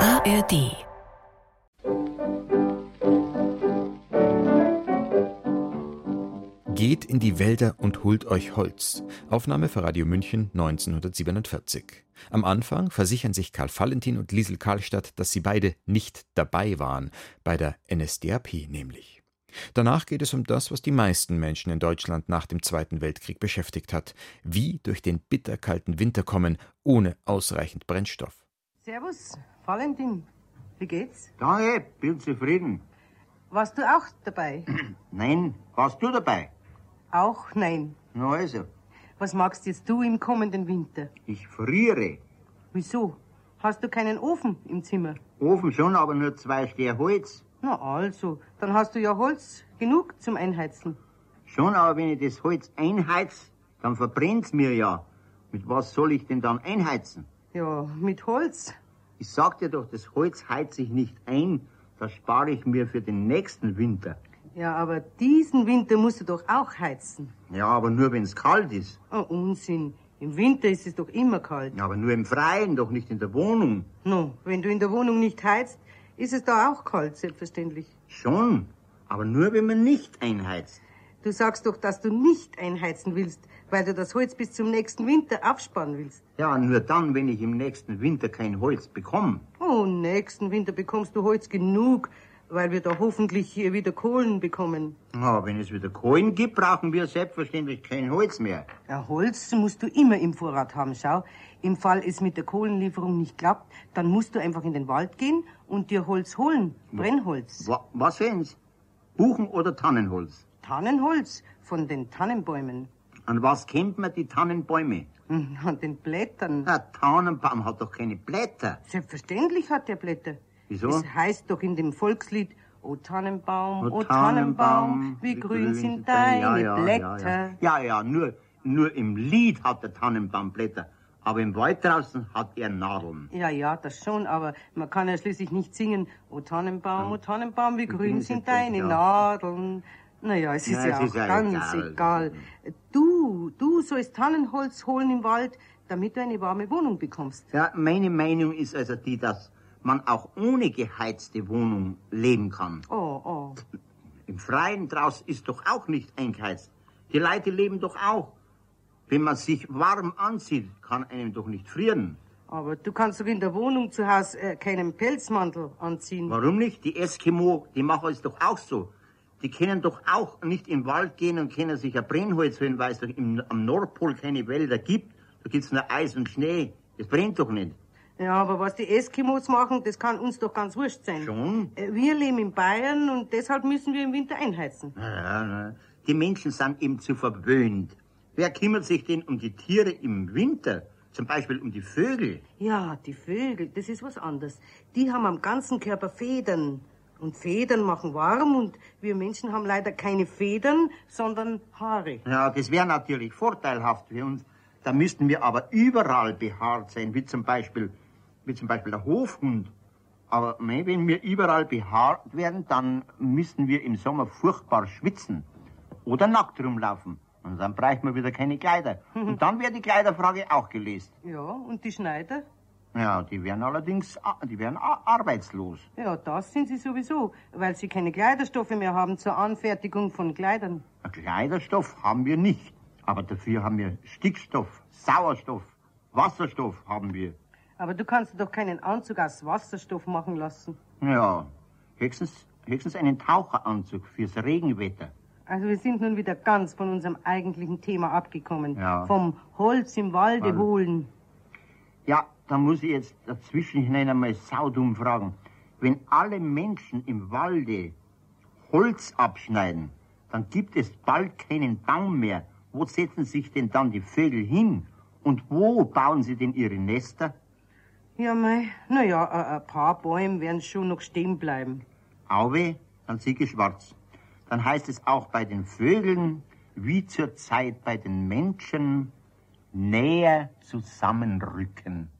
ARD. Geht in die Wälder und holt euch Holz. Aufnahme für Radio München 1947. Am Anfang versichern sich Karl Valentin und Liesel Karlstadt, dass sie beide nicht dabei waren, bei der NSDAP nämlich. Danach geht es um das, was die meisten Menschen in Deutschland nach dem Zweiten Weltkrieg beschäftigt hat, wie durch den bitterkalten Winter kommen, ohne ausreichend Brennstoff. Servus, Valentin. Wie geht's? Danke, bin zufrieden. Warst du auch dabei? Nein, warst du dabei? auch nein. Na also, Was magst jetzt du im kommenden Winter? ich friere. Wieso? Hast du keinen Ofen im Zimmer? Ofen schon, aber nur zwei Stier Holz. Na also, dann hast du ja Holz genug zum Einheizen. Schon, aber wenn ich das Holz einheiz, dann verbrennt's mir ja. Mit was soll ich denn dann einheizen? Ja, mit Holz. Ich sag dir doch, das Holz heize ich nicht ein. Das spare ich mir für den nächsten Winter. Ja, aber diesen Winter musst du doch auch heizen. Ja, aber nur wenn's kalt ist. Oh, Unsinn. Im Winter ist es doch immer kalt. Ja, aber nur im Freien, doch nicht in der Wohnung. No, wenn du in der Wohnung nicht heizt, ist es da auch kalt, selbstverständlich. Schon, aber nur wenn man nicht einheizt. Du sagst doch, dass du nicht einheizen willst, weil du das Holz bis zum nächsten Winter absparen willst. Ja, nur dann, wenn ich im nächsten Winter kein Holz bekomme. Oh, nächsten Winter bekommst du Holz genug, weil wir da hoffentlich hier wieder Kohlen bekommen. Ja, wenn es wieder Kohlen gibt, brauchen wir selbstverständlich kein Holz mehr. Ja, Holz musst du immer im Vorrat haben, schau. Im Fall es mit der Kohlenlieferung nicht klappt, dann musst du einfach in den Wald gehen und dir Holz holen. Brennholz. Wa was sind's? Buchen- oder Tannenholz? Tannenholz von den Tannenbäumen. An was kennt man die Tannenbäume? Hm, An den Blättern. Ein Tannenbaum hat doch keine Blätter. Selbstverständlich hat der Blätter. Wieso? Es heißt doch in dem Volkslied, O Tannenbaum, Nur O Tannenbaum, wie grün sind deine ja, ja, Blätter. Ja, ja, ja, ja nur, nur im Lied hat der Tannenbaum Blätter. Aber im Wald draußen hat er Nadeln. Ja, ja, das schon, aber man kann ja schließlich nicht singen, O Tannenbaum, O Tannenbaum, wie grün sind deine ja. Nadeln. Naja, es ist Na, ja es auch ist ja ganz egal. egal. Du, du sollst Tannenholz holen im Wald, damit du eine warme Wohnung bekommst. Ja, meine Meinung ist also die, dass man auch ohne geheizte Wohnung leben kann. Oh, oh. Im Freien draus ist doch auch nicht eingeheizt. Die Leute leben doch auch. Wenn man sich warm anzieht, kann einem doch nicht frieren. Aber du kannst doch in der Wohnung zu Hause äh, keinen Pelzmantel anziehen. Warum nicht? Die Eskimo, die machen es doch auch so. Die können doch auch nicht im Wald gehen und können sich ein Brennholz holen, weil es doch im, am Nordpol keine Wälder gibt. Da gibt's nur Eis und Schnee. Das brennt doch nicht. Ja, aber was die Eskimos machen, das kann uns doch ganz wurscht sein. Schon? Äh, Wir leben in Bayern und deshalb müssen wir im Winter einheizen. Ja, ne. Die Menschen sind eben zu verwöhnt. Wer kümmert sich denn um die Tiere im Winter? Zum Beispiel um die Vögel. Ja, die Vögel, das ist was anderes. Die haben am ganzen Körper Federn. Und Federn machen warm und wir Menschen haben leider keine Federn, sondern Haare. Ja, das wäre natürlich vorteilhaft für uns. Da müssten wir aber überall behaart sein, wie zum Beispiel, wie zum Beispiel der Hofhund. Aber mei, wenn wir überall behaart werden, dann müssen wir im Sommer furchtbar schwitzen oder nackt rumlaufen. Und dann braucht man wieder keine Kleider. Und dann wäre die Kleiderfrage auch gelöst. Ja, und die Schneider? Ja, die wären allerdings, a- die wären a- arbeitslos. Ja, das sind sie sowieso, weil sie keine Kleiderstoffe mehr haben zur Anfertigung von Kleidern. Ein Kleiderstoff haben wir nicht. Aber dafür haben wir Stickstoff, Sauerstoff, Wasserstoff haben wir. Aber du kannst dir doch keinen Anzug aus Wasserstoff machen lassen. Ja, höchstens, höchstens einen Taucheranzug fürs Regenwetter. Also wir sind nun wieder ganz von unserem eigentlichen Thema abgekommen. Ja. Vom Holz im Walde Wald. holen. Ja, da muss ich jetzt dazwischen hinein einmal saudumm fragen. Wenn alle Menschen im Walde Holz abschneiden, dann gibt es bald keinen Baum mehr. Wo setzen sich denn dann die Vögel hin? Und wo bauen sie denn ihre Nester? Ja, mei, naja, ein paar Bäume werden schon noch stehen bleiben. Auwe, dann siege schwarz. Dann heißt es auch bei den Vögeln, wie zur Zeit bei den Menschen, näher zusammenrücken.